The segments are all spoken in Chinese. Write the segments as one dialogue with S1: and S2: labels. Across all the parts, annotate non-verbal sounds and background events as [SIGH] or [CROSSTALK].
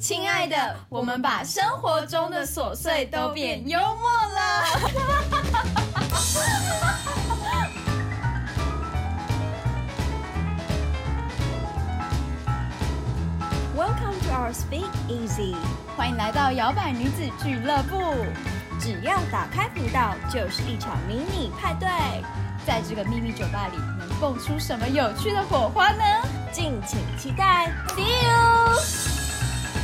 S1: 亲爱的，我们把生活中的琐碎都变幽默了。
S2: Welcome to our Speak Easy，
S1: [LAUGHS] 欢迎来到摇摆女子俱乐部。
S2: 只要打开频道，就是一场迷你派对，
S1: 在这个秘密酒吧里，能蹦出什么有趣的火花呢
S2: 敬请期待。
S1: ？See you。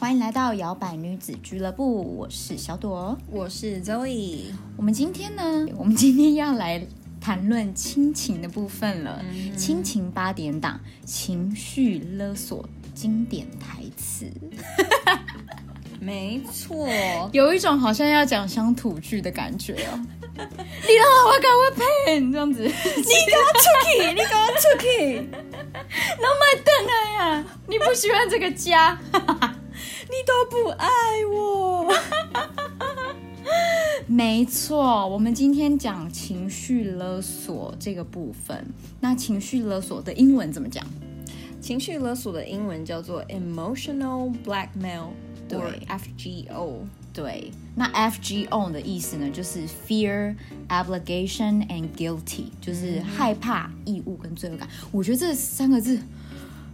S1: 欢迎来到摇摆女子俱乐部，我是小朵。
S2: 我是 Zoe，
S1: 我们今天呢，我们今天要来谈论亲情的部分了。亲情八点档，情绪勒索经典台词，
S2: 没错，
S1: 有一种好像要讲乡土剧的感觉哦。你让我赶快骗这样子，你给我出去，你给我出去，老麦等了呀！你不喜欢这个家， [LAUGHS]
S2: 你都不 [LAUGHS] 爱我。
S1: 没错，我们今天讲情绪勒索这个部分。那情绪勒索的英文怎么讲？
S2: 情绪勒索的英文叫做 emotional blackmail，or
S1: 对
S2: FGO。
S1: 对，那 FGO 的意思呢，就是 fear, obligation and guilty，就是害怕、义务跟罪恶感。我觉得这三个字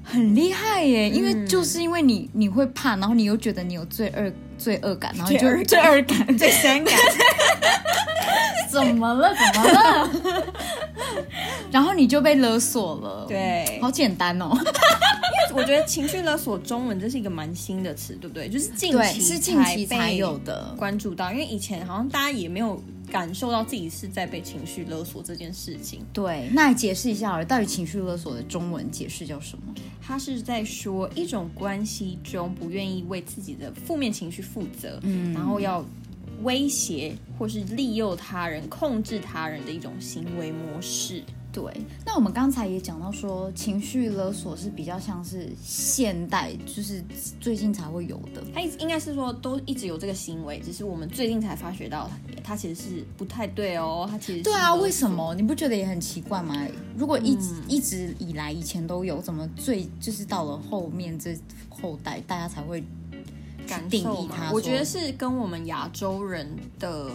S1: 很厉害耶，因为就是因为你你会怕，然后你又觉得你有罪恶罪恶感，然后你就
S2: 罪
S1: 恶感， [LAUGHS]
S2: 最伤感，
S1: 怎么了？怎么了？ [LAUGHS] 然后你就被勒索了。。
S2: [LAUGHS] 对，
S1: 好简单哦， [LAUGHS]
S2: 我觉得情绪勒索中文这是一个蛮新的词，对不对？就是近
S1: 对，
S2: 期
S1: 是近期才
S2: 被
S1: 有的，
S2: 关注到，因为以前好像大家也没有感受到自己是在被情绪勒索这件事情。
S1: 对。那你解释一下好了，到底情绪勒索的中文解释叫什么？
S2: 他是在说一种关系中不愿意为自己的负面情绪负责，嗯，然后要威胁或是利诱他人、控制他人的一种行为模式。
S1: 对，那我们刚才也讲到说，情绪勒索是比较像是现代，就是最近才会有的。
S2: 他一直应该是说都一直有这个行为，只是我们最近才发觉到他，他其实是不太对哦。他其实是
S1: 对啊，
S2: 勒索
S1: 为什？么你不觉得也很奇怪吗？如果一直、一直以来以前都有，怎么最就是到了后面这后代大家才会
S2: 感
S1: 定
S2: 受
S1: 义
S2: 嘛
S1: 它说
S2: 我觉得是跟我们亚洲人的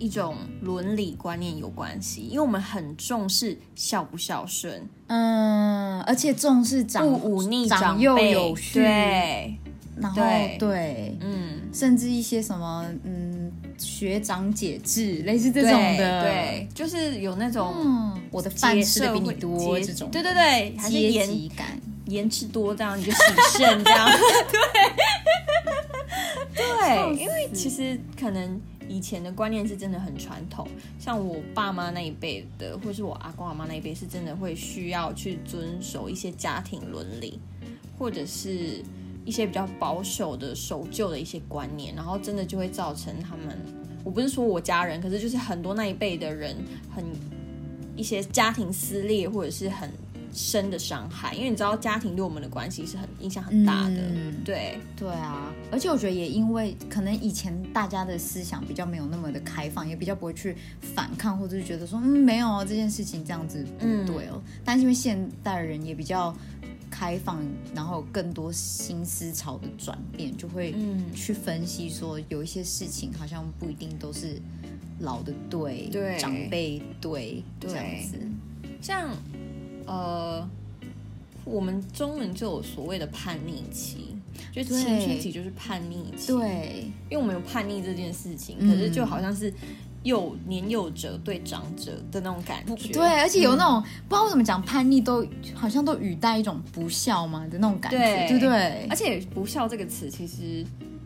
S2: 一种伦理观念有关系，因为我们很重视孝不孝顺，
S1: 嗯，而且重视长
S2: 不忤逆
S1: 长
S2: 长
S1: 幼
S2: 辈
S1: 有序，
S2: 对，
S1: 然后
S2: 对
S1: 对，
S2: 嗯，
S1: 甚至一些什么嗯学长姐制，类似这
S2: 这
S1: 种的，
S2: 对，就是有那种
S1: 嗯，我的饭
S2: 结
S1: 吃的
S2: 社
S1: 比你
S2: 会
S1: 多
S2: 阶
S1: 这种，
S2: 对对对，还是
S1: 阶
S2: 言
S1: 级感。
S2: 言之多这样，你就喜盛这
S1: [LAUGHS]
S2: 样，对对，因为其实可能。以前的观念是真的很传统，像我爸妈那一辈的，或是我阿公阿妈那一辈，是真的会需要去遵守一些家庭伦理，或者是一些比较保守的守旧的一些观念，然后真的就会造成他们，我不是说我家人，可是就是很多那一辈的人很一些家庭撕裂或者是很深的伤害，因为你知道家庭对我们的关系是很影响很大的，
S1: 嗯
S2: 对
S1: 对啊，而且我觉得也因为可能以前大家的思想比较没有那么的开放，也比较不会去反抗，或者是觉得说嗯没有哦这件事情这样子不
S2: 嗯
S1: 对哦。但是因为现代人也比较开放，然后有更多新思潮的转变，就会
S2: 嗯
S1: 去分析说有一些事情好像不一定都是老的对，
S2: 对
S1: 长辈对
S2: 对
S1: 这样子。
S2: 像呃，我们中文就有所谓的叛逆期，就
S1: 对
S2: 青春期就是叛逆期，
S1: 对，
S2: 因为我们有叛逆这件事情，
S1: 嗯
S2: 可是就好像是幼年幼者对长者的那种感觉，嗯
S1: 对，而且有那种、不知道为什么讲叛逆都好像都语带一种不孝嘛的那种感觉，
S2: 对
S1: 对不对
S2: 而？且“不孝”这个词其实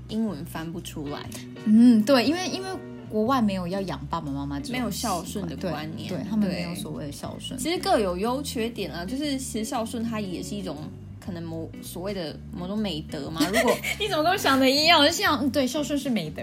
S2: 英文翻不出来，
S1: 嗯，对，因为因为国外没有要养爸爸妈妈这种
S2: 没有孝顺的
S1: 习惯
S2: 观念
S1: 对对他们
S2: 对
S1: 没有所谓的孝顺。
S2: 其实各有优缺点啊。就是其实孝顺它也是一种可能某所谓的某种美德嘛。如
S1: [LAUGHS]
S2: 果
S1: 你怎么跟我想的一样？我就想，嗯对，孝顺是美德，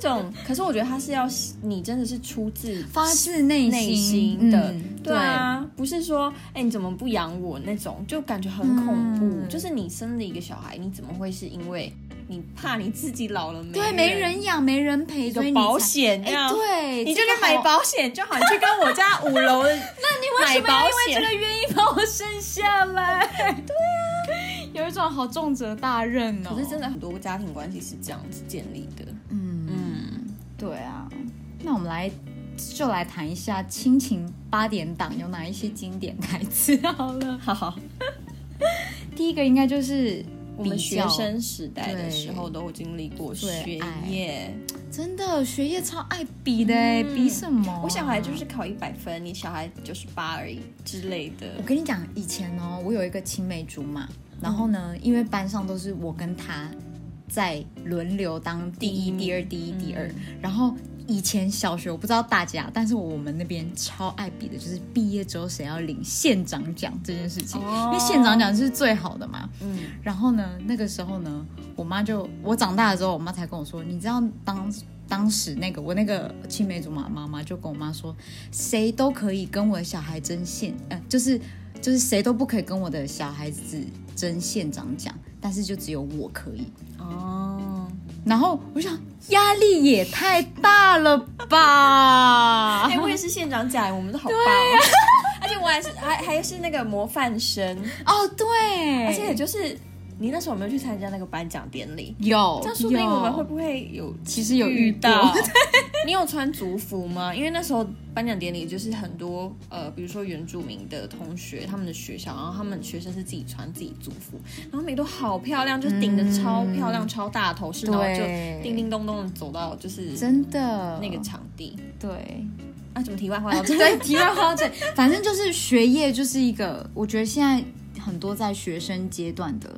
S2: 这种，可是我觉得它是要你真的是出自
S1: 发自内
S2: 内
S1: 心
S2: 心的，
S1: 嗯
S2: 对啊，不是说哎、你怎么不养我那种，就感觉很恐怖。
S1: 嗯
S2: 就是你生了一个小孩，你怎么会是因为你怕你自己老了没
S1: 对，没人养，没人陪，所以
S2: 有
S1: 你
S2: 保
S1: 才。
S2: 险这
S1: 哎、
S2: 样？
S1: 对，
S2: 你就
S1: 这个
S2: 去买
S1: 好。
S2: 保险就好，你去跟我家五楼的 [LAUGHS]
S1: 那你为
S2: 买
S1: 什么要
S2: 保
S1: 因为这
S2: 险
S1: 个原因把我生下
S2: [LAUGHS]
S1: 来？对啊，有一种好重责大任哦。
S2: 可是真的很多家庭关系是这样子建立的。
S1: 嗯，
S2: 嗯，
S1: 对啊。那我们来就来谈一下亲情八点档有哪一些经典台词好了。
S2: 好好，
S1: 第一个应该就是
S2: 我们
S1: 比
S2: 学
S1: 较
S2: 生时代的时候都有经历过
S1: 对
S2: 学
S1: 爱
S2: 业。
S1: 真的学业超爱比的欸、
S2: 嗯
S1: 比什么啊、
S2: 我小孩就是考一百分，你小孩九十八而已之类的。
S1: 我跟你讲，以前哦，我有一个青梅竹马，然后呢，因为班上都是我跟他在轮流当第
S2: 第一
S1: 一、
S2: 名
S1: 第二、第一、第二，然后。以前小学我不知道大家，但是我们那边超爱比的，就是毕业之后谁要领县长奖这件事情，因
S2: 哦
S1: 为县长奖是最好的嘛。
S2: 嗯，
S1: 然后呢，那个时候呢，我妈就我长大了之后，我妈才跟我说，你知道当当时那个我那个青梅竹马的妈妈就跟我妈说，谁都可以跟我的小孩争县，呃，就是就是谁都不可以跟我的小孩子争县长奖，但是就只有我可以。
S2: 哦，
S1: 然后我想，压力也太大了吧
S2: [LAUGHS]
S1: 啊
S2: 哎、？我
S1: [LAUGHS]
S2: 也是县长奖，我们都好棒、哦。 [LAUGHS] 而且我还是还还是那个模范生，
S1: 哦，对，
S2: 而且也就是你那时候有没有去参加那个颁奖典礼？
S1: 有，
S2: 这样说不定我们
S1: 有
S2: 会不会有
S1: 其实有
S2: 遇
S1: 遇 [LAUGHS]
S2: 到？
S1: 到，
S2: 你有穿族服吗？因为那时候颁奖典礼就是很多呃，比如说原住民的同学，他们的学校，然后他们学生是自己穿自己族服，然后每都好漂亮，就是顶着超漂亮、超大的头饰，然后就
S1: 嗯对
S2: 叮叮咚咚的走到就是
S1: 真的
S2: 那个场地。
S1: 对。
S2: 啊，怎么题
S1: [LAUGHS]
S2: 外话到这？
S1: 哦对，题外话，对，反正就是学业就是一个，我觉得现在很多在学生阶段的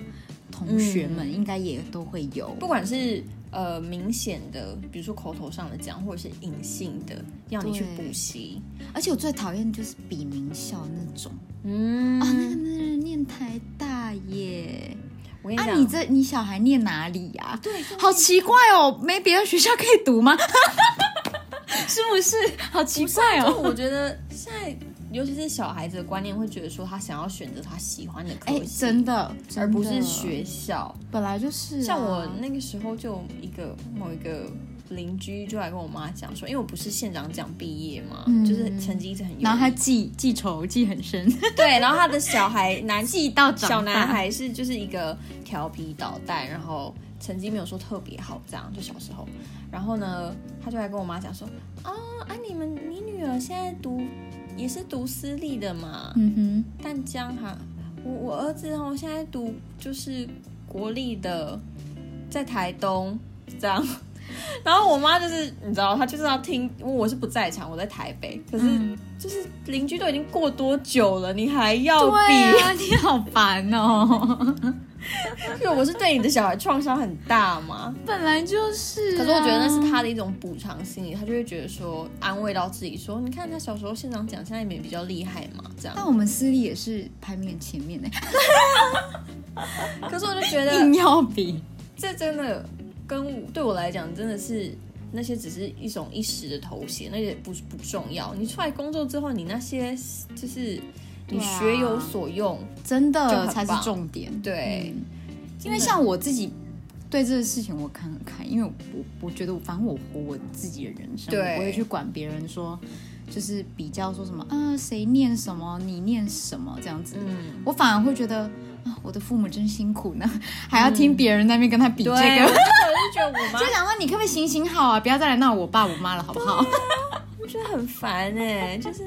S1: 同学们应该也都会有。
S2: 嗯不管是呃明显的，比如说口头上的讲，或者是隐性的，要你去
S1: 对
S2: 补习。
S1: 而且我最讨厌就是比名校那种、
S2: 嗯，
S1: 啊，那个那个人念台大耶，
S2: 我跟你
S1: 啊，
S2: 讲，
S1: 你这你小孩念哪里呀、
S2: 对，
S1: 好奇怪哦，没别的学校可以读
S2: [LAUGHS]
S1: 吗？是不是？好奇怪
S2: 就
S1: 哦。
S2: 我觉得现在，尤其是小孩子的观念，会觉得说他想要选择他喜欢的科
S1: 哎，
S2: 系，
S1: 真的，
S2: 而不是
S1: 真的，
S2: 学校。
S1: 本来就是啊、
S2: 像我那个时候，就有一个某一个邻居就来跟我妈讲说，因为我不是县长奖毕业嘛，
S1: 嗯
S2: 就是成绩一直很优异，
S1: 然后他记记仇记很
S2: [LAUGHS]
S1: 深，
S2: 对，然后他的小孩
S1: [LAUGHS]
S2: 男
S1: 记到长大
S2: 小男孩是就是一个调皮捣蛋，然后成绩没有说特别好，这样就小时候。然后呢，他就来跟我妈讲说，啊、啊，你们你女儿现在读也是读私立的嘛，
S1: 嗯哼。
S2: 但江哈，我我儿子哦现在读就是国立的，在台东这样。然后我妈就是你知道，她就是要听，因为我是不在场，我在台北，可是
S1: 嗯
S2: 就是邻居都已经过多久了，你还要比？
S1: 对啊，你好烦 [LAUGHS] 哦。
S2: 因为我是对你的小孩创伤很大嘛。
S1: 本来就是、啊
S2: 可是我觉得那是他的一种补偿心理，他就会觉得说安慰到自己说，你看他小时候现场讲，现在也比较厉害嘛，这样
S1: [LAUGHS] 但。我们私立也是排名很前 [LAUGHS] 面呢，欸
S2: 可是我就觉得
S1: 硬要比。
S2: 这真的跟我对我来讲，真的是那些只是一种一时的头衔，那些不不重要。你出来工作之后，你那些就是
S1: 对
S2: 你
S1: 啊
S2: 学有所用，
S1: 真
S2: 就
S1: 的
S2: 很棒
S1: 才是重点。
S2: 对
S1: 嗯因为像我自己对这个事情我看很开，因为我我觉得反正我活我自己的人生，
S2: 对
S1: 我不会去管别人说，就是比较说什么啊谁念什么你念什么这样子，
S2: 嗯，
S1: 我反而会觉得啊我的父母真辛苦呢，还要听别人在那边跟他比这
S2: 对，
S1: 个。
S2: 我就觉得我妈
S1: 就想说你可不可以行行好啊，不要再来闹我爸我妈了，好不好？
S2: 啊我觉得很烦哎、就是。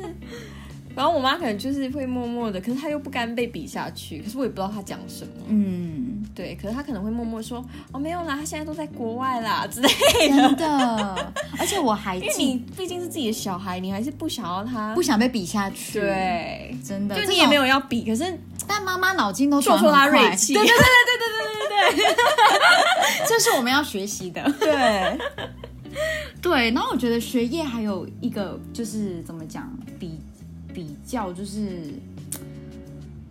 S2: 然后我妈可能就是会默默的，可是她又不甘被比下去，可是我也不知道她讲什么。
S1: 嗯，
S2: 对，可是她可能会默默说：“哦，没有啦，她现在都在国外啦
S1: [LAUGHS]
S2: 之类的。
S1: 真的，而且我还”
S2: 因为
S1: 记
S2: 你毕竟是自己的小孩，你还是不想要她
S1: 不想被比下去，，
S2: 对，
S1: 真的，
S2: 就你也没
S1: 有，
S2: 有要比，可是
S1: 但妈妈脑筋都
S2: 做
S1: 转
S2: 出
S1: 很
S2: 他
S1: 快
S2: 锐 [LAUGHS] 气，
S1: 对， [LAUGHS]
S2: 对
S1: 这是我们要学习的。 [LAUGHS]
S2: 对，
S1: 对，然后我觉得学业还有一个就是怎么讲，比比较就是，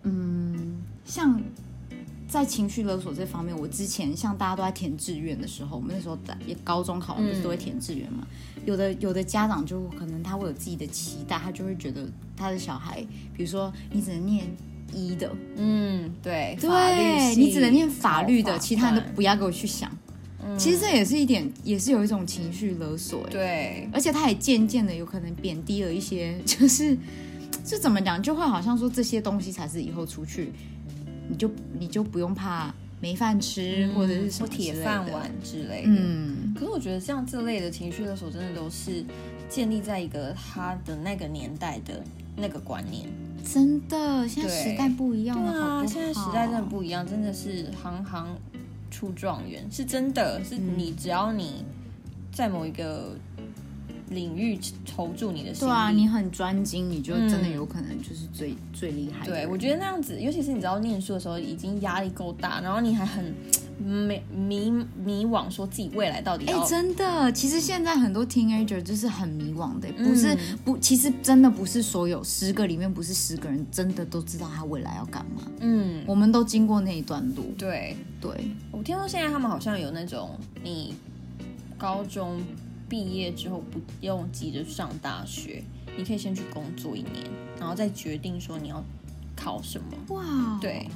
S1: 嗯，像在情绪勒索这方面，我之前像大家都在填志愿的时候，我们那时候在也高中考完不是都会填志愿嘛？有的有的家长就可能他会有自己的期待，他就会觉得他的小孩，比如说你只能念医的，
S2: 嗯，对，法律
S1: 对
S2: 系
S1: 你只能念法律
S2: 考
S1: 的，
S2: 法
S1: 其他人都
S2: 官
S1: 不要给我去想。其实这也是一点，也是有一种情绪勒索、欸，
S2: 嗯对，
S1: 而且他也渐渐的有可能贬低了一些， [LAUGHS] 就是这怎么讲，就会好像说这些东西才是以后出去，你就你就不用怕没饭吃、或者是什
S2: 或
S1: 么之类
S2: 嗯铁
S1: 的
S2: 饭碗，之类的。
S1: 嗯，
S2: 可是我觉得像这类的情绪勒索，真的都是建立在一个他的那个年代的那个观念。
S1: 真的，现在
S2: 对啊
S1: 时代不一样了，好不好
S2: 现在时代真的不一样，真的是行行出状元，是真的是
S1: 嗯
S2: 你只要你在某一个领域投注你的心
S1: 对
S2: 力，
S1: 啊，你很专精，你就真的有可能就是最、最厉害的人。
S2: 嗯对，我觉得那样子，尤其是你知道念书的时候已经压力够大，然后你还很迷迷迷惘，说自己未来到底
S1: 哎、
S2: 要、
S1: 真的，其实现在很多 teenager 就是很迷惘的，
S2: 嗯
S1: 不是、不，其实真的不是所有十个里面不是十个人真的都知道他未来要干嘛。
S2: 嗯，
S1: 我们都经过那一段路，
S2: 对。
S1: 对，
S2: 我听说现在他们好像有那种你高中毕业之后不用急着上大学，你可以先去工作一年，然后再决定说你要考什么。
S1: 哇，
S2: 对，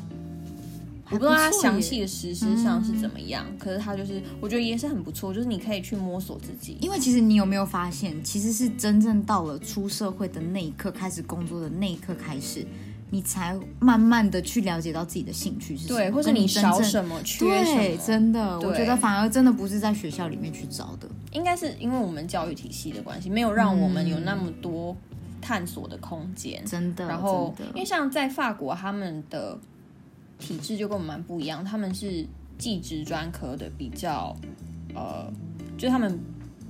S1: 还
S2: 我不
S1: 错耶，嗯
S2: 知道它详细的实施上是怎么样，可是它就是我觉得也是很不错，就是你可以去摸索自己。
S1: 因为其实你有没有发现，其实是真正到了出社会的那一刻，开始工作的那一刻开始，你才慢慢的去了解到自己的兴趣是什么，
S2: 对，或者
S1: 跟
S2: 你
S1: 你
S2: 少
S1: 真正
S2: 什么缺
S1: 对，
S2: 什么，
S1: 真的，我
S2: 对
S1: 觉得反而真的不是在学校里面去找的，
S2: 应该是因为我们教育体系的关系，没有让我们有那么多探索的空间。
S1: 真的。
S2: 然后
S1: 嗯真，
S2: 因
S1: 的
S2: 为像在法国，他们的体制就跟我们蛮不一样，他们是技职专科的，比较呃，就是他们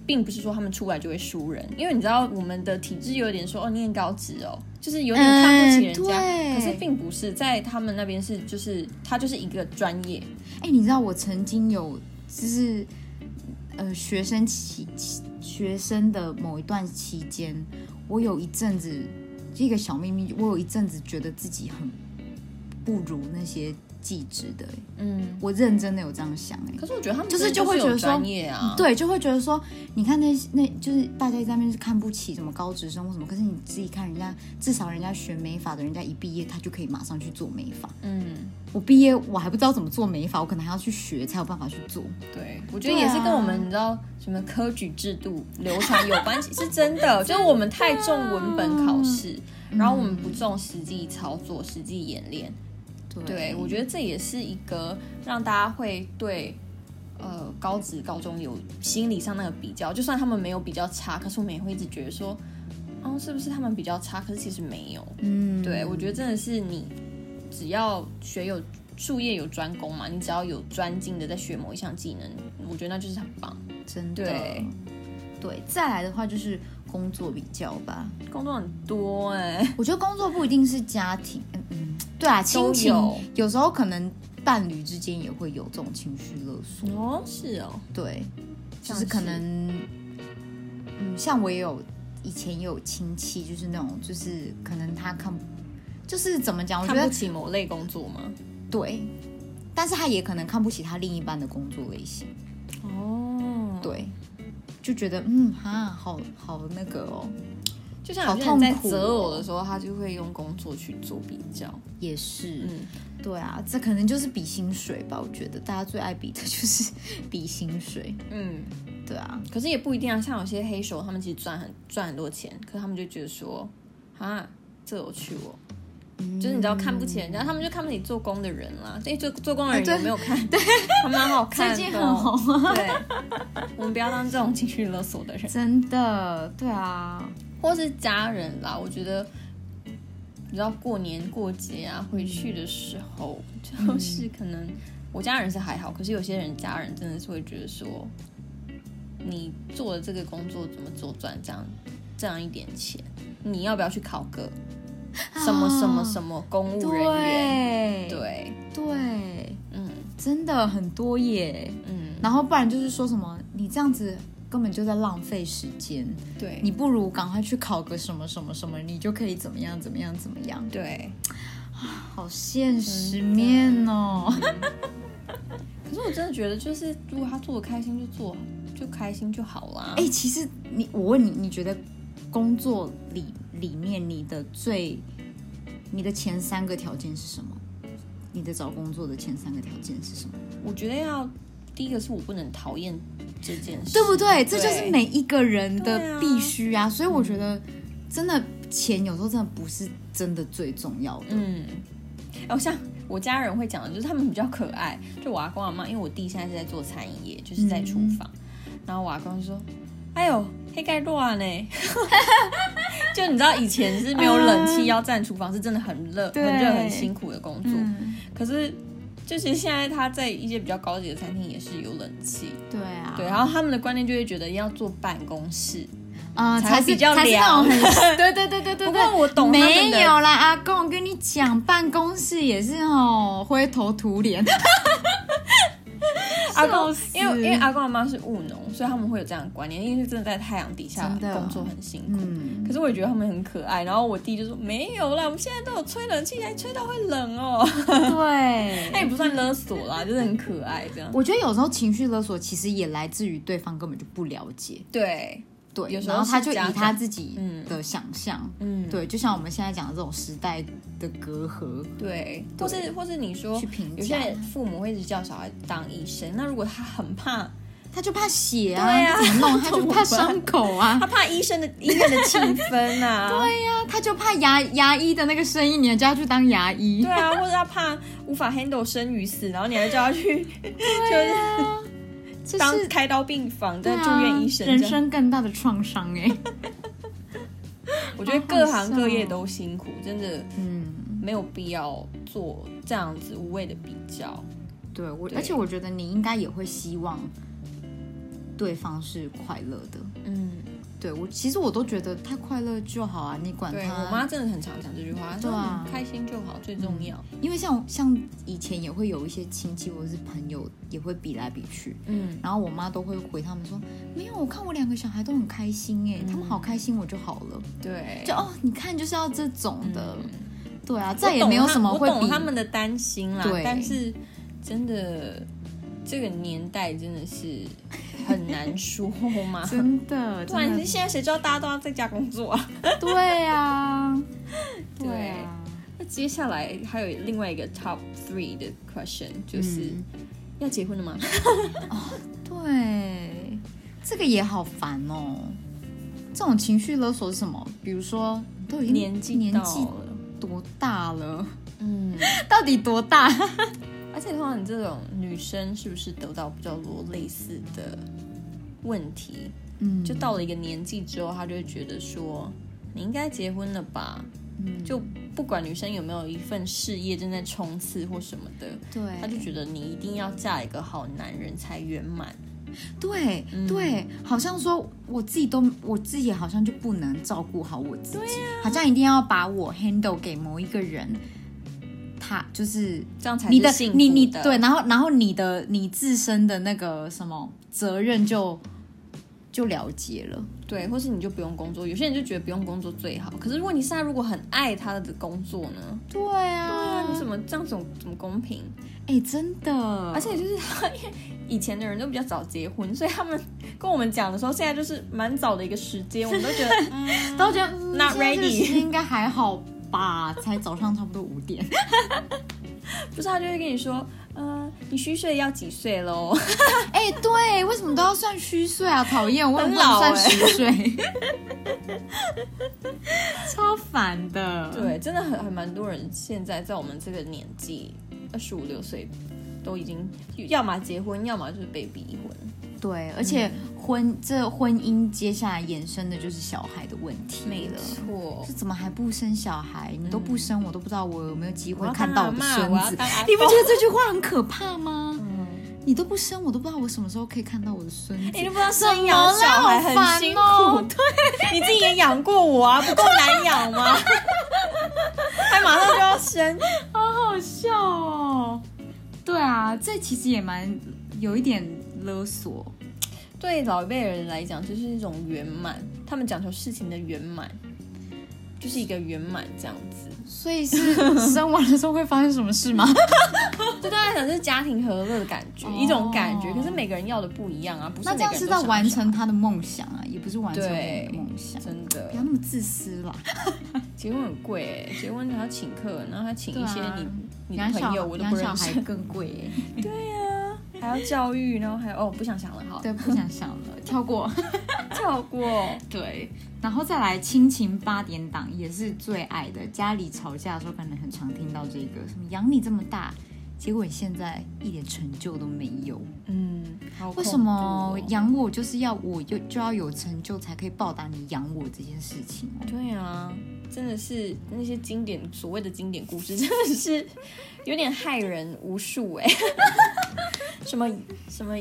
S2: 并不是说他们出来就会输人，因为你知道我们的体制有点说哦，念高职哦，就是有点看不起人家，
S1: 嗯对
S2: 可是并不是在他们那边是就是他就是一个专业，
S1: 哎、你知道我曾经有就是呃学生期期学生的某一段期间，我有一阵子一个小秘密，我有一阵子觉得自己很不如那些技职的、欸
S2: 嗯，
S1: 我认真的有这样想哎、
S2: 可是我觉得他们
S1: 就是
S2: 真的
S1: 就会觉
S2: 有
S1: 得说
S2: 专业啊，
S1: 对，就会觉得说，你看那那就是大家一直在那边是看不起什么高职生或什么，可是你自己看人家，至少人家学美发的，人家一毕业他就可以马上去做美发。
S2: 嗯。
S1: 我毕业我还不知道怎么做美发，我可能还要去学才有办法去做。
S2: 对，我觉得也是跟我们你知道什么科举制度流传有关系，是真的。就是我们太重文本考试，然后我们不重实际操作、实际演练。
S1: 对，
S2: 对，我觉得这也是一个让大家会对呃高职、高中有心理上那个比较。就算他们没有比较差，可是我们也会一直觉得说，哦，是不是他们比较差？可是其实没有。
S1: 嗯，
S2: 对，我觉得真的是你只要学有术业有专攻嘛，你只要有专精的在学某一项技能，我觉得那就是很棒。
S1: 真的。
S2: 对
S1: 对再来的话就是工作比较吧。
S2: 工作很多哎、
S1: 我觉得工作不一定是家庭，嗯嗯，对啊，亲情
S2: 有
S1: 有时候可能伴侣之间也会有这种情绪勒索，
S2: 哦，是哦，
S1: 对，就
S2: 像
S1: 是可
S2: 是
S1: 能，嗯，像我也有以前也有亲戚，就是那种就是可能他看，就是怎么讲，我觉
S2: 看不
S1: 得
S2: 起某类工作吗？
S1: 对，但是他也可能看不起他另一半的工作类型，
S2: 哦，，
S1: 对，就觉得嗯哈，好好那个哦，
S2: 就像有些
S1: 好痛
S2: 人在
S1: 苦
S2: 择偶
S1: 哦
S2: 的时候，他就会用工作去做比较。
S1: 也是，
S2: 嗯，
S1: 对啊，这可能就是比薪水吧，我觉得大家最爱比的就是比薪水。
S2: 嗯，
S1: 对啊，
S2: 可是也不一定啊，像有些黑手，他们其实赚很赚很多钱，可他们就觉得说，啊，这有趣哦。
S1: 嗯
S2: 就是你知道看不起人家，他们就看不起做工的人啦。所以做做工的人有没有看？对，他蛮好看的。哦
S1: 最近很红
S2: 对，我们不要当这种情绪勒索的人，
S1: 真的，对啊，
S2: 或是家人啦。我觉得，你知道过年过节啊，回去的时候，就是可能我家人是还好，可是有些人家人真的是会觉得说，你做的这个工作怎么做赚这样这样一点钱，你要不要去考个什么什么什么公务人员？
S1: 啊对
S2: 对，
S1: 对，
S2: 嗯
S1: 真的很多耶。
S2: 嗯，
S1: 然后不然就是说什么，你这样子根本就在浪费时间，
S2: 对，
S1: 你不如赶快去考个什么什么什么，你就可以怎么样怎么样怎么样
S2: 对，
S1: 好现实面哦。
S2: 可是我真的觉得，就是如果他做的开心就做，就开心就好啦。
S1: 哎、其实你我问你，你觉得工作里里面你的最你的前三个条件是什么？你的找工作的前三个条件是什么？
S2: 我觉得要第一个是我不能讨厌这件事，
S1: 对不对？这就是每一个人
S2: 对啊嗯
S1: 的必须啊！所以我觉得，真的钱有时候真的不是真的最重要的。
S2: 嗯，哦，像我家人会讲的，就是他们比较可爱。就我阿公阿妈，因为我弟现在是在做餐饮业，就是在厨房。
S1: 嗯
S2: 然后我阿公就说：“哎呦，黑盖乱
S1: [LAUGHS]
S2: 呢！”就你知道以前是没有冷气，
S1: 嗯
S2: 要站厨房是真的很热、很
S1: 对
S2: 热、很辛苦的工作。
S1: 嗯，
S2: 可是就是现在他在一些比较高级的餐厅也是有冷气，
S1: 对啊，
S2: 对。然后他们的观念就会觉得要做办公室，
S1: 啊、
S2: 才
S1: 才
S2: 比
S1: 是
S2: 较
S1: 才是那种
S2: 凉 [LAUGHS]
S1: 很对对对对对。
S2: 不
S1: 对
S2: 过我懂他们的
S1: 没有啦，阿公，我跟你讲，办公室也是哦，灰头土脸。
S2: 阿公
S1: 笑死
S2: 因为因为阿公阿妈是务农，所以他们会有这样的观念，因为是真的在太阳底下
S1: 真的
S2: 工作很辛苦。
S1: 嗯，
S2: [LAUGHS] 可是我也觉得他们很可爱，然后我弟就说没有啦，我们现在都有吹冷气，还吹到会冷哦。
S1: 对
S2: [LAUGHS] 那。也不算勒索啦，就是很可爱这样。
S1: 我觉得有时候情绪勒索其实也来自于对方根本就不了解，
S2: 对，
S1: 对，
S2: 有时候
S1: 然后他
S2: 是
S1: 就以
S2: 家
S1: 他
S2: 长
S1: 自己的想象，
S2: 嗯，
S1: 对，就像我们现在讲的这种时代的隔阂，啊
S2: 对，或是或是你说
S1: 去评价
S2: 有些父母会一直叫小孩当医生，那如果他很怕，
S1: 他就怕血啊，
S2: 对啊
S1: 他怎么
S2: [LAUGHS]
S1: 弄？他
S2: 怎
S1: 就
S2: 么
S1: 怕
S2: 办
S1: 伤口啊
S2: 他，怕医生的医院的气氛呐、啊，
S1: [LAUGHS] 对呀、他就怕牙牙医的那个生意，你还叫他去当牙医，
S2: 对啊，或者他怕无法 handle 生与死，然后你还叫他去
S1: 啊
S2: [LAUGHS] 就是
S1: 这
S2: 当
S1: 是
S2: 开刀病房
S1: 对
S2: 在
S1: 啊
S2: 住院医生，
S1: 人
S2: 这样
S1: 生更大的创伤哎、
S2: 我觉得各行各业都辛苦，真的
S1: 嗯，
S2: 没有必要做这样子无谓的比较。
S1: 对我，
S2: 对
S1: 而且我觉得你应该也会希望对方是快乐的，
S2: 嗯，
S1: 对我其实我都觉得他快乐就好啊，你管
S2: 对
S1: 他，
S2: 我妈真的很常讲这句话，她说
S1: 对啊
S2: 你开心就好，最重要。
S1: 因为像像以前也会有一些亲戚或者是朋友也会比来比去，
S2: 嗯，
S1: 然后我妈都会回他们说，没有，我看我两个小孩都很开心哎、他们好开心，我就好了，
S2: 对，
S1: 就哦，你看就是要这种的，
S2: 嗯
S1: 对啊，
S2: 我
S1: 再也
S2: 懂
S1: 没有
S2: 她
S1: 什么会
S2: 我
S1: 比
S2: 懂他们的担心啦，
S1: 对
S2: 但是真的这个年代真的是很难说
S1: [LAUGHS]
S2: 嘛。[LAUGHS]
S1: 真的，
S2: 不然
S1: 真
S2: 你
S1: 的，
S2: 现在谁知道大家都要在家工作啊？
S1: 对啊，对啊，
S2: 那接下来还有另外一个 top three 的 question，就是、
S1: 嗯
S2: 要结婚了吗？
S1: 对，这个也好烦哦。这种情绪勒索是什么？比如说，都已经
S2: 年
S1: [LAUGHS]
S2: 纪
S1: 年
S2: 到
S1: 纪
S2: 了，
S1: 多大了？ [LAUGHS]
S2: 嗯，
S1: 到底多大？
S2: 而且通常你这种女生是不是得到比较多类似的问题？
S1: 嗯，
S2: 就到了一个年纪之后，她就会觉得说你应该结婚了吧？
S1: 嗯
S2: 就不管女生有没有一份事业正在冲刺或什么的，
S1: 对，
S2: 她就觉得你一定要嫁一个好男人才圆满。
S1: 对、
S2: 嗯
S1: 对，好像说我自己都我自己好像就不能照顾好我自己，
S2: 啊
S1: 好像一定要把我 handle 给某一个人，他就是
S2: 这样才
S1: 你
S2: 是幸福
S1: 你你
S2: 的
S1: 对，然后然后你的你自身的那个什么责任就就了结了，
S2: 对，或是你就不用工作。有些人就觉得不用工作最好，可是如果你现在如果很爱他的工作呢？
S1: 对啊
S2: 啊，你怎么这样怎么怎么公平？
S1: 哎、真的，
S2: 而且就是 [LAUGHS] 他，因为以前的人都比较早结婚，所以他们跟我们讲的时候，现在就是蛮早的一个时间，我们都觉得嗯
S1: 都觉得、嗯、
S2: Not
S1: 现在这个
S2: ready
S1: 时间应该还好吧，才早上差不多五点，
S2: 不是他就会跟你说，呃，你虚岁要几岁喽？
S1: 哎、对，为什么都要算虚岁啊？讨厌，我
S2: 很
S1: 怎么不能算
S2: 老欸
S1: 虚
S2: [LAUGHS]
S1: 岁？超烦的。，
S2: [LAUGHS] 对，真的很很蛮多人现在在我们这个年纪，二十五六岁，都已经要么结婚，要么就是被逼婚。
S1: 对，而且婚、这婚姻接下来衍生的就是小孩的问题了。
S2: 错
S1: 这，怎么还不生小孩？你都不生，我都不知道我有没有机
S2: 我
S1: 会
S2: 要
S1: 看
S2: 当
S1: 到我的
S2: 阿嬷
S1: 孙
S2: 嗯我要
S1: 子。
S2: 当阿
S1: 你不
S2: 公
S1: 觉得这句话很可怕吗？
S2: 嗯
S1: 你都不生，我都不知道我什么时候可以看到我的孙子。
S2: 你都不知道生养小孩很辛苦，
S1: 好
S2: [LAUGHS]
S1: 烦哦
S2: 对，你自己也养过我啊，不够难
S1: [LAUGHS]
S2: 养吗？还马上就要生，
S1: 好好笑哦！对啊，这其实也蛮有一点勒索，
S2: 对老一辈人来讲，就是一种圆满，他们讲求事情的圆满，就是一个圆满这样子。
S1: 所以是生完了之后会发生什么事
S2: [LAUGHS]
S1: 吗？
S2: 对大家讲，是家庭和乐的感觉，一种感觉。可是每个人要的不一样啊，不是
S1: 哦那
S2: 每
S1: 这样
S2: 个人都
S1: 是
S2: 想
S1: 在
S2: 要
S1: 完成他的梦想啊，也不是完成我
S2: 对
S1: 们的梦想。
S2: 真的
S1: 不要那么自私啦，
S2: 结婚很贵欸、结婚还要请客，然后还请一些
S1: 对啊
S2: 你、
S1: 养
S2: 你
S1: 小
S2: 朋友我都
S1: 养
S2: 不
S1: 小
S2: 认
S1: 孩
S2: 识，
S1: 更贵
S2: [LAUGHS]
S1: 耶。
S2: 还要教育，然后还有哦不想想了，好，
S1: 对，不想想了，跳
S2: [LAUGHS]
S1: 过。
S2: 跳过。
S1: 对，然后再来亲情八点档也是最爱的。家里吵架的时候，可能很常听到这个什么“养你这么大”，结果你现在一点成就都没有。
S2: 嗯，好
S1: 为什
S2: 恐怖
S1: 么
S2: 哦
S1: 养我就是要我就就要有成就才可以报答你养我这件事情哦？
S2: 对啊，真的是那些经典所谓的经典故事，真的是有点害人无数哎、 [LAUGHS] 什么什么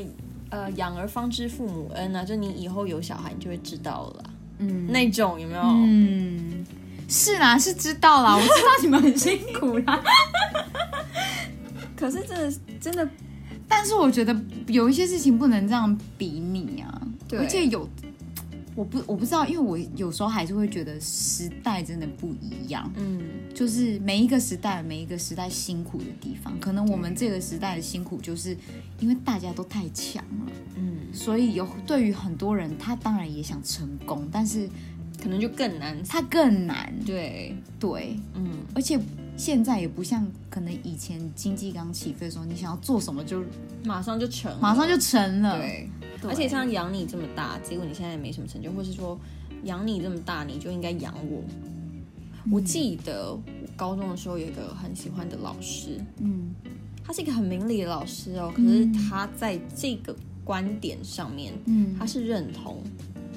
S2: 呃，养儿方知父母恩啊，就你以后有小孩，你就会知道了啦
S1: 嗯
S2: 那种有没有？
S1: 嗯，是啦，是知道啦，我知道你们很辛苦啦，
S2: [LAUGHS] 可是真的是真的
S1: [LAUGHS] 但是我觉得有一些事情不能这样比拟啊。
S2: 对
S1: 而且有，我不我不知道，因为我有时候还是会觉得时代真的不一样，
S2: 嗯，
S1: 就是每一个时代有每一个时代辛苦的地方，可能我们这个时代的辛苦就是因为大家都太强了，
S2: 嗯，
S1: 所以有对于很多人，他当然也想成功，但是
S2: 可能就更难。
S1: 他更难，
S2: 对，
S1: 对，
S2: 嗯，
S1: 而且。现在也不像可能以前经济刚起飞的时候，你想要做什么就
S2: 马上就成了，
S1: 马上就成了。
S2: 嗯对。
S1: 嗯对
S2: 而且像养你这么大，结果你现在也没什么成就，或是说养你这么大，你就应该养我。
S1: 嗯
S2: 我记得我高中的时候有一个很喜欢的老师，
S1: 嗯，
S2: 他是一个很明理的老师哦，可是他在这个观点上面，
S1: 嗯
S2: 他是认同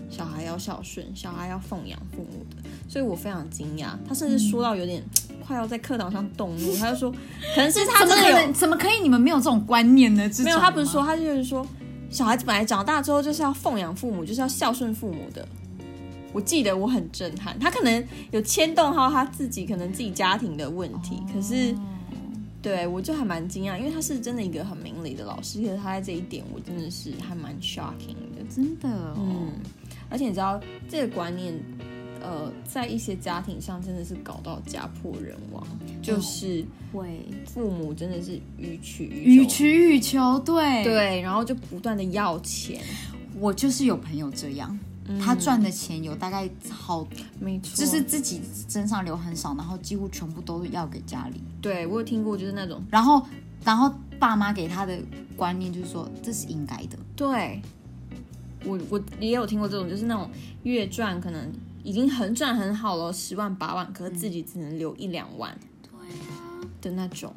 S2: 小孩要孝顺，小孩要奉养父母的，所以我非常惊讶。
S1: 嗯
S2: 他甚至说到有点快要在课堂上动怒，他
S1: [LAUGHS]
S2: 就说，可能是他
S1: 怎么
S2: 真的
S1: 可
S2: 有
S1: 能？怎么可以？你们没有这种观念呢？啊这
S2: 没有，
S1: 种
S2: 他不是
S1: 吗
S2: 说，他就是说，小孩子本来长大之后就是要奉养父母，就是要孝顺父母的。我记得我很震撼，他可能有牵动到他自己，可能自己家庭的问题。
S1: 哦
S2: 可是，对我就还蛮惊讶，因为他是真的一个很明理的老师，可是他在这一点我真的是还蛮 shocking 的。
S1: 真的、哦，
S2: 嗯，而且你知道这个观念，呃，在一些家庭上真的是搞到家破人亡，就是
S1: 会
S2: 父母真的是予取
S1: 予
S2: 予求。
S1: 取予求，对，
S2: 对，然后就不断的要钱，
S1: 我就是有朋友这样，
S2: 嗯
S1: 他赚的钱有大概好，
S2: 没错，
S1: 就是自己身上留很少，然后几乎全部都要给家里，
S2: 对我有听过，就是那种
S1: 然后然后爸妈给他的观念就是说这是应该的，
S2: 对，我我也有听过这种，就是那种月赚可能已经很赚很好了，十万八万，可是
S1: 嗯
S2: 自己只能留一两万，对啊的那种，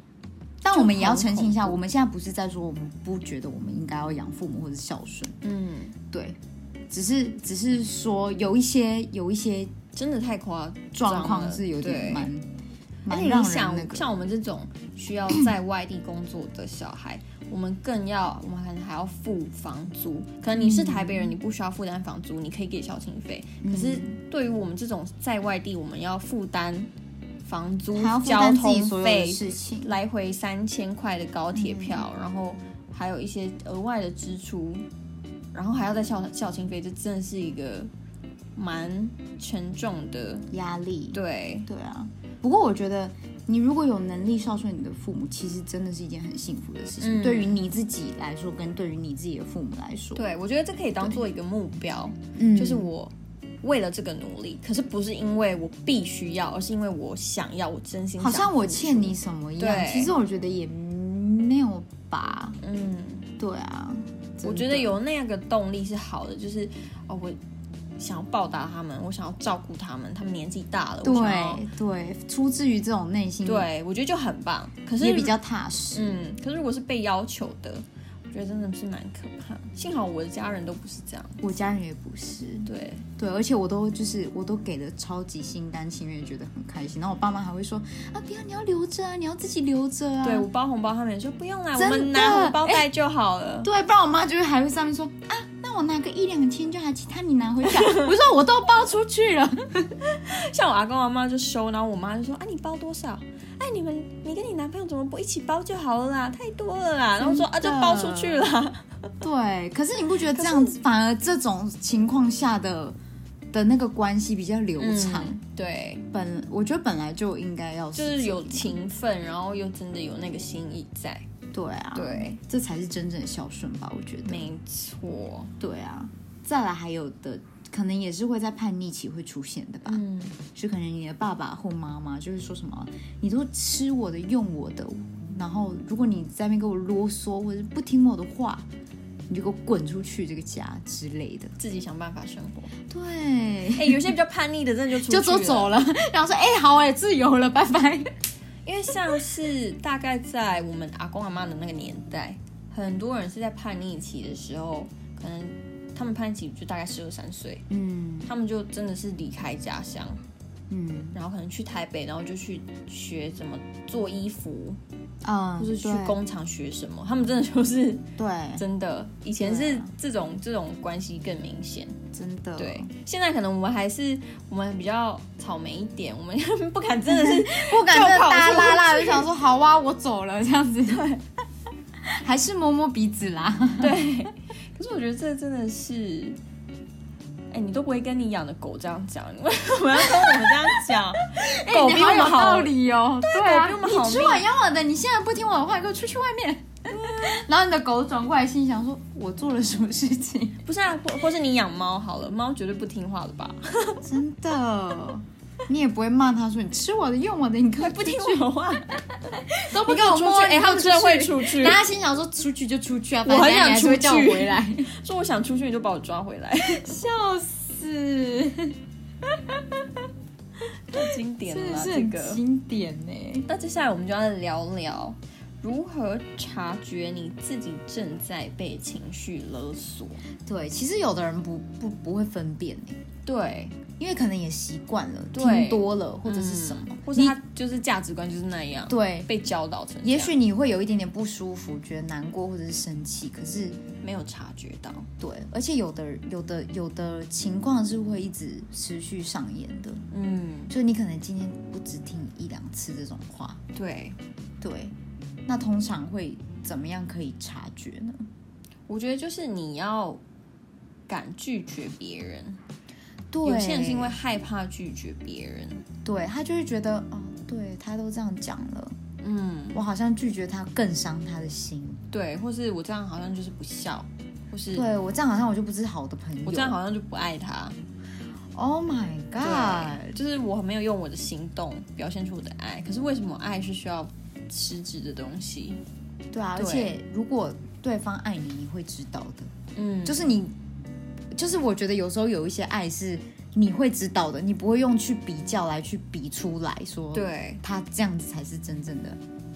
S1: 但我们也要
S2: 就
S1: 澄
S2: 很
S1: 清一下，我们现在不是在说我们不觉得我们应该要养父母或者孝顺，
S2: 嗯，
S1: 对，只是只是说有一些有一些
S2: 真的太夸
S1: 状
S2: 张
S1: 况
S2: 了
S1: 是有点
S2: 对
S1: 蛮
S2: 而
S1: 蛮
S2: 且
S1: 让
S2: 你
S1: 人
S2: 想，
S1: 那个，
S2: 像我们这种需要在外地工作的小孩，我们更要，我们可能还要付房租。可能你是台北
S1: 嗯
S2: 人，你不需要负担房租，你可以给孝亲费。可是对于我们这种在外地，我们要负担房租
S1: 还要、负
S2: 交
S1: 担自己
S2: 通
S1: 所有的
S2: 费、
S1: 事嗯情，
S2: 来回三千块的高铁票，然后还有一些额外的支出，然后还要再孝孝亲费，这真的是一个蛮沉重的。
S1: 压力，
S2: 对，
S1: 对啊，不过我觉得你如果有能力孝顺你的父母，其实真的是一件很幸福的事情。
S2: 嗯
S1: 对于你自己来说，跟对于你自己的父母来说，，
S2: 对我觉得这可以当做一个目标。
S1: 嗯，
S2: 就是我为了这个努力，可是不是因为我必须要，而是因为我想要，我真心想
S1: 好像我欠你什么一样。
S2: 对
S1: 其实我觉得也没有吧，
S2: 嗯，
S1: 对啊，
S2: 我
S1: 真
S2: 觉
S1: 的
S2: 得有那样的动力是好的，就是哦，我想要报答他们，我想要照顾他们，他们年纪大了，我想要
S1: 对对，出自于这种内心，，
S2: 对，我觉得就很棒。可是
S1: 也比较踏实。
S2: 嗯，可是如果是被要求的，我觉得真的是蛮可怕。幸好我的家人都不是这样，
S1: 我家人也不是，
S2: 对，
S1: 对，而且我都就是我都给的超级心甘情愿，觉得很开心。然后我爸妈还会说啊，不要，你要留着啊，你要自己留着啊。
S2: 对我包红包，他们也说不用啦，我
S1: 真
S2: 们
S1: 的哎
S2: 拿红包袋就好了。
S1: 对，不然我妈就是还会上面说啊，那我拿个一两千就好，其他你拿回去
S2: [LAUGHS]
S1: 啊。我说我都包出去了， [LAUGHS]
S2: 像我阿公阿妈就收，然后我妈就说：“啊，你包多少？哎，你们你跟你男朋友怎么不一起包就好了啦？太多了啦。”然后说：“啊，就
S1: 真的
S2: 包出去啦。
S1: 对。可是你不觉得这样子，反而这种情况下的的那个关系比较流畅。
S2: 嗯对，
S1: 本我觉得本来就应该要
S2: 就是是有情分，然后又真的有那个心意在。
S1: 对啊，，
S2: 对，
S1: 这才是真正的孝顺吧？我觉得，
S2: 嗯没错。
S1: 对啊。再来还有的，可能也是会在叛逆期会出现的吧，
S2: 嗯，
S1: 就可能你的爸爸或妈妈就是说什么，你都吃我的、用我的，然后如果你在那边给我啰嗦或者不听我的话，你就给我滚出去这个家之类的。
S2: 自己想办法生活。
S1: 对，
S2: 哎、有些比较叛逆的，真的就出去
S1: 就
S2: 了
S1: 都走了，然后说：“哎、好哎、自由了，拜拜。
S2: 因为像是大概在我们阿公阿妈的那个年代，很多人是在叛逆期的时候，可能他们叛逆期就大概十二三岁，”
S1: 嗯
S2: 他们就真的是离开家乡，
S1: 嗯
S2: 然后可能去台北，然后就去学怎么做衣服，
S1: 嗯，
S2: 或是去
S1: 对
S2: 工厂学什么。他们真的就是
S1: 对，
S2: 真的，以前
S1: 对
S2: 是
S1: 啊
S2: 这种这种关系更明显。
S1: 真的
S2: 对，现在可能我们还是我们比较草莓一点，我们 [LAUGHS] 不敢真
S1: [LAUGHS]
S2: 的是
S1: 不敢再
S2: 就跑出去
S1: 大拉拉，就想说好啊，我走了这样子。对， [LAUGHS] 还是摸摸鼻子啦。
S2: 对，可是我觉得这真的是，哎、你都不会跟你养的狗这样讲， [LAUGHS] 你为什么要跟我们这样
S1: [LAUGHS]
S2: 讲？狗
S1: 哎你
S2: 比
S1: 好
S2: 我
S1: 有
S2: 们
S1: 道
S2: 好，
S1: 理哦。对啊，
S2: 狗比我们好
S1: 你吃我养我的，你现在不听我的话，你给我出去外面。 [LAUGHS] 然后你的狗转过来，心想说：“我做了什么事情
S2: 不是啊，或或是你养猫好了，猫绝对不听话的吧？？”
S1: 真的，你也不会骂它说：“你吃我的，用我的，你可
S2: 不听我的 [LAUGHS] 话，
S1: 都
S2: 你
S1: 不
S2: 给我
S1: 我
S2: 出
S1: 摸。”
S2: 去，
S1: 哎，们
S2: 他们
S1: 出
S2: 真的会
S1: 去
S2: 出去
S1: 然。后他心想说出去就出去啊，
S2: 我
S1: 反正
S2: 很
S1: 你
S2: 想
S1: 还是会叫我
S2: 出去
S1: 回来，
S2: 说我想出去，你就把我抓回 [LAUGHS] 来，
S1: 笑死，
S2: 太经典
S1: 真
S2: 了
S1: 的
S2: 啦
S1: 是
S2: 这
S1: 很
S2: 个。
S1: 经典呢。
S2: 那接下来我们就要聊聊如何察觉你自己正在被情绪勒索。
S1: 对，其实有的人不不不会分辨呢，
S2: 对，
S1: 因为可能也习惯了，
S2: 对嗯
S1: 听多了或者是什么，
S2: 或是
S1: 你
S2: 他就是价值观就是那样，
S1: 对，
S2: 被教导成这样，
S1: 也许你会有一点点不舒服，觉得难过或者是生气，可是
S2: 没有察觉到。
S1: 对，而且有的有的有的情况是会一直持续上演的，
S2: 嗯，
S1: 就你可能今天不只听一两次这种话，
S2: 对，
S1: 对，那通常会怎么样可以察觉呢？
S2: 我觉得就是你要敢拒绝别人。
S1: 对，
S2: 有些人是因为害怕拒绝别人，
S1: 对他就会觉得哦，对他都这样讲了，
S2: 嗯，
S1: 我好像拒绝他更伤他的心，
S2: 对，或是我这样好像就是不孝，或是
S1: 对我这样好像我就不是好的朋友，
S2: 我这样好像就不爱他。
S1: ，Oh my God，
S2: 对，就是我没有用我的行动表现出我的爱。可是为什么爱是需要实质的东西？
S1: 对啊，而
S2: 对
S1: 且如果对方爱你，你会知道的。
S2: 嗯，
S1: 就是你，就是我觉得有时候有一些爱是你会知道的，你不会用去比较来去比出来说，，
S2: 对
S1: 他这样子才是真正的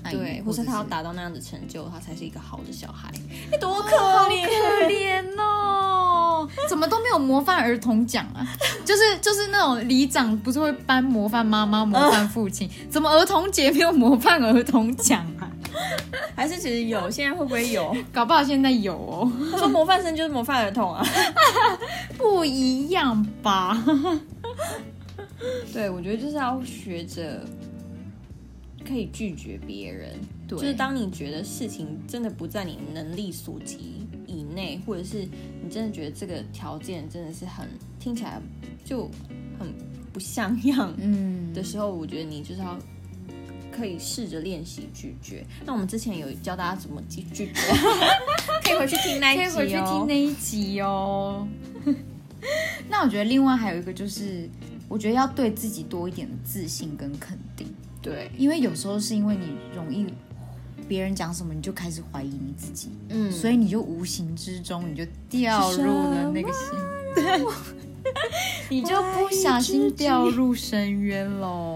S1: 爱你，
S2: 对，
S1: 或
S2: 或是
S1: 者
S2: 他要
S1: 是
S2: 达到那样的成就，他才是一个好的小孩。哎，多可怜！
S1: 可怜哦， [LAUGHS] 怎么都没有模范儿童奖啊？就是就是那种里长不是会颁模范妈妈、模范父亲，怎么儿童节没有模范儿童奖啊？
S2: [LAUGHS] 还是其实有，现在会不会有？
S1: 搞不好现在有哦，
S2: 他 [LAUGHS] 说模范生就是模范儿童啊。
S1: [LAUGHS] 不一样吧？
S2: 对，我觉得就是要学着可以拒绝别人，
S1: [LAUGHS] 对
S2: 就是当你觉得事情真的不在你能力所及以内，或者是你真的觉得这个条件真的是很听起来就很不像样
S1: 嗯，
S2: 的时候，我觉得你就是要。可以试着练习拒绝。那我们之前有教大家怎么拒
S1: [LAUGHS]
S2: 拒绝，可以回去听那一集、
S1: 可以
S2: 哦、
S1: 回去听那一集哦。 [LAUGHS] 那我觉得另外还有一个就是，我觉得要对自己多一点的自信跟肯定，
S2: 对，
S1: 因为有时候是因为你容易别人讲什么，你就开始怀疑你自己，
S2: 嗯，
S1: 所以你就无形之中你就掉入了那个陷，啊 [LAUGHS] 你就不小心掉入深渊喽。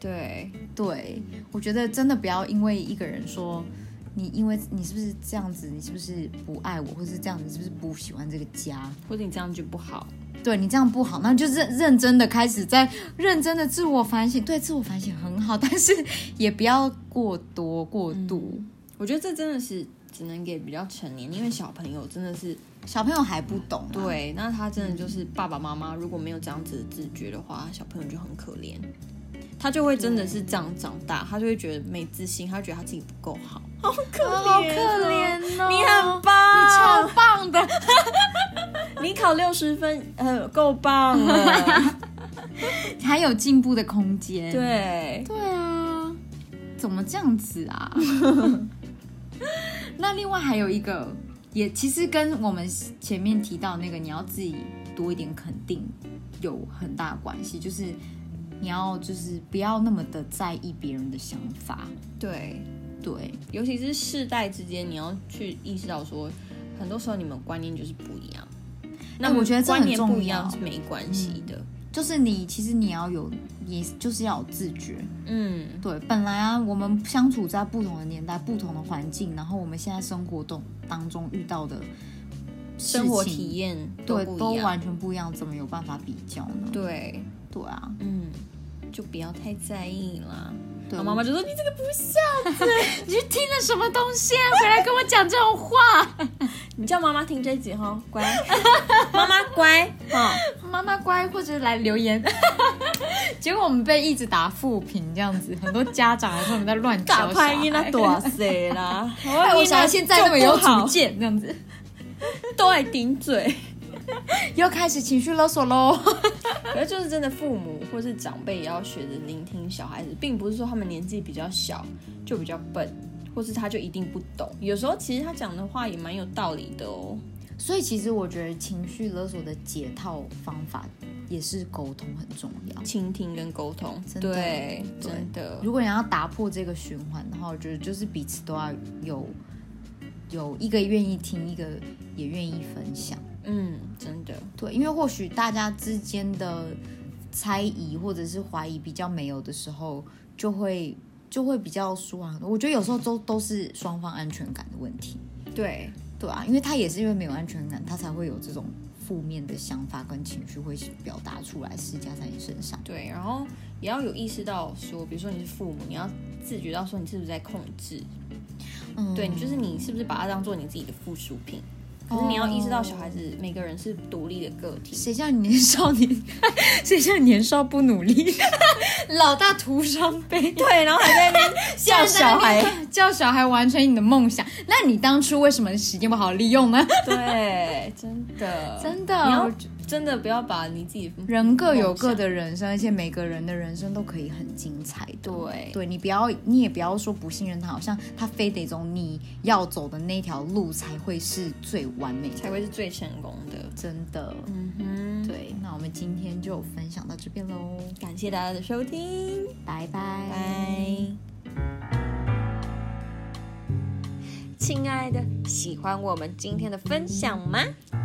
S2: 对，
S1: 对，我觉得真的不要因为一个人说你，因为你是不是这样子，你是不是不爱我，或是这样子，你是不是不喜欢这个家，
S2: 或者你这样就不好。
S1: 对你这样不好，那就认认真的开始在认真的自我反省。对，自我反省很好，但是也不要过多过度。
S2: 我觉得这真的是只能给比较成年，因为小朋友真的是
S1: 小朋友还不懂、啊，，
S2: 对，那他真的就是爸爸妈妈如果没有这样子的自觉的话，小朋友就很可怜，他就会真的是这样长大，他就会觉得没自信，他觉得他自己不够好，好可怜、
S1: 好可怜哦，
S2: 你很
S1: 你
S2: 棒，
S1: 超棒的，
S2: 你考六十分，呃，够棒
S1: [LAUGHS]
S2: 了。
S1: 还有进步的空间。
S2: 对，
S1: 对啊，怎么这样子啊？ [LAUGHS] 那另外还有一个，也其实跟我们前面提到那个你要自己多一点肯定有很大关系，就是你要就是不要那么的在意别人的想法。
S2: 对，
S1: 对，
S2: 尤其是世代之间，你要去意识到说，很多时候你们观念就是不一样。那
S1: 哎我觉得这
S2: 观
S1: 很
S2: 念
S1: 重
S2: 不一样
S1: 要嗯
S2: 是没关系的。
S1: 就是你其实你要有，也就是要有自觉。
S2: 嗯，
S1: 对，本来啊，我们相处在不同的年代、不同的环境，然后我们现在生活中当中遇到的事情
S2: 生活体验
S1: 对
S2: 不
S1: 都
S2: 一样。
S1: 完全不一样，怎么有办法比较呢？
S2: 对，
S1: 对啊，
S2: 嗯，就不要太在意啦。
S1: 对
S2: 我妈妈就说你这个不像，
S1: 哦你去听了什么东西啊？回来跟我讲这种话， [LAUGHS]
S2: 你叫妈妈听这集哈， [LAUGHS] 乖，妈妈乖哈。
S1: 妈妈乖，或者来留言。 [LAUGHS] 结果我们被一直打负评，这样子，很多家长还说我们在乱教
S2: 打
S1: 小
S2: 拍音那
S1: 孩。
S2: 多谁啦？
S1: 哎，我想到
S2: 想
S1: 现在那么有主见，这样子
S2: [LAUGHS] 都爱顶嘴。
S1: 又开始情绪勒索喽。
S2: 可是就是真的，父母或是长辈也要学着聆听小孩子，并不是说他们年纪比较小就比较笨，或是他就一定不懂。有时候其实他讲的话也蛮有道理的哦。
S1: [LAUGHS] 所以其实我觉得情绪勒索的解套方法也是沟通很重要。
S2: 倾听跟沟通，
S1: 真的
S2: 对，
S1: 对
S2: 真的，
S1: 如果你要打破这个循环的话，我觉得就是彼此都要有有一个愿意听，一个也愿意分享。
S2: 嗯，真的，
S1: 对，因为或许大家之间的猜疑或者是怀疑比较没有的时候，就会就会比较舒缓很多。我觉得有时候都都是双方安全感的问题，
S2: 对，
S1: 对啊，因为他也是因为没有安全感，他才会有这种负面的想法跟情绪会表达出来，施加在你身上。
S2: 对，然后也要有意识到说，比如说你是父母，你要自觉到说你是不是在控制，
S1: 嗯，
S2: 对，你就是你是不是把它当做你自己的附属品？可是你要意识
S1: 哦
S2: 到，小孩子每个人是独立的个体。
S1: 谁叫你年少年， [LAUGHS] 谁叫你年少不努力， [LAUGHS] 老大徒伤悲。
S2: 对，然后还
S1: [LAUGHS]
S2: 在那边叫小孩，
S1: 叫小孩完成你的梦想，那你当初为什么时间不好好利用呢？
S2: 对，真
S1: [LAUGHS]
S2: 的，
S1: 真
S2: 你要
S1: 的，哦
S2: 真的不要把你自己
S1: 人各有各的人生，而且每个人的人生都可以很精彩的。
S2: 对
S1: 对你不要，你也不要说不信任他，好像他非得走你要走的那条路才会是最完美的。
S2: 才会是最成功的。
S1: 真的，
S2: 嗯哼，
S1: 对，那我们今天就分享到这边喽，
S2: 感谢大家的收听，
S1: 拜拜。
S2: 拜。亲爱的，喜欢我们今天的分享吗？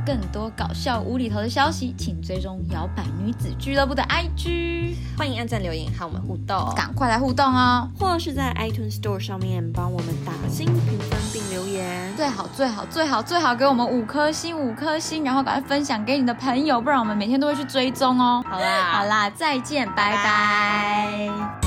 S1: 更多搞笑无厘头的消息，请追踪摇摆女子俱乐部的 IG，
S2: 欢迎按赞留言和我们互动哦，
S1: 赶快来互动哦！
S2: 或是在 iTunes Store 上面帮我们打新评分并留言。
S1: 最好最好最好最好给我们五颗星五颗星，然后赶快分享给你的朋友，不然我们每天都会去追踪哦。
S2: 好啦，
S1: 好啦，再见，拜拜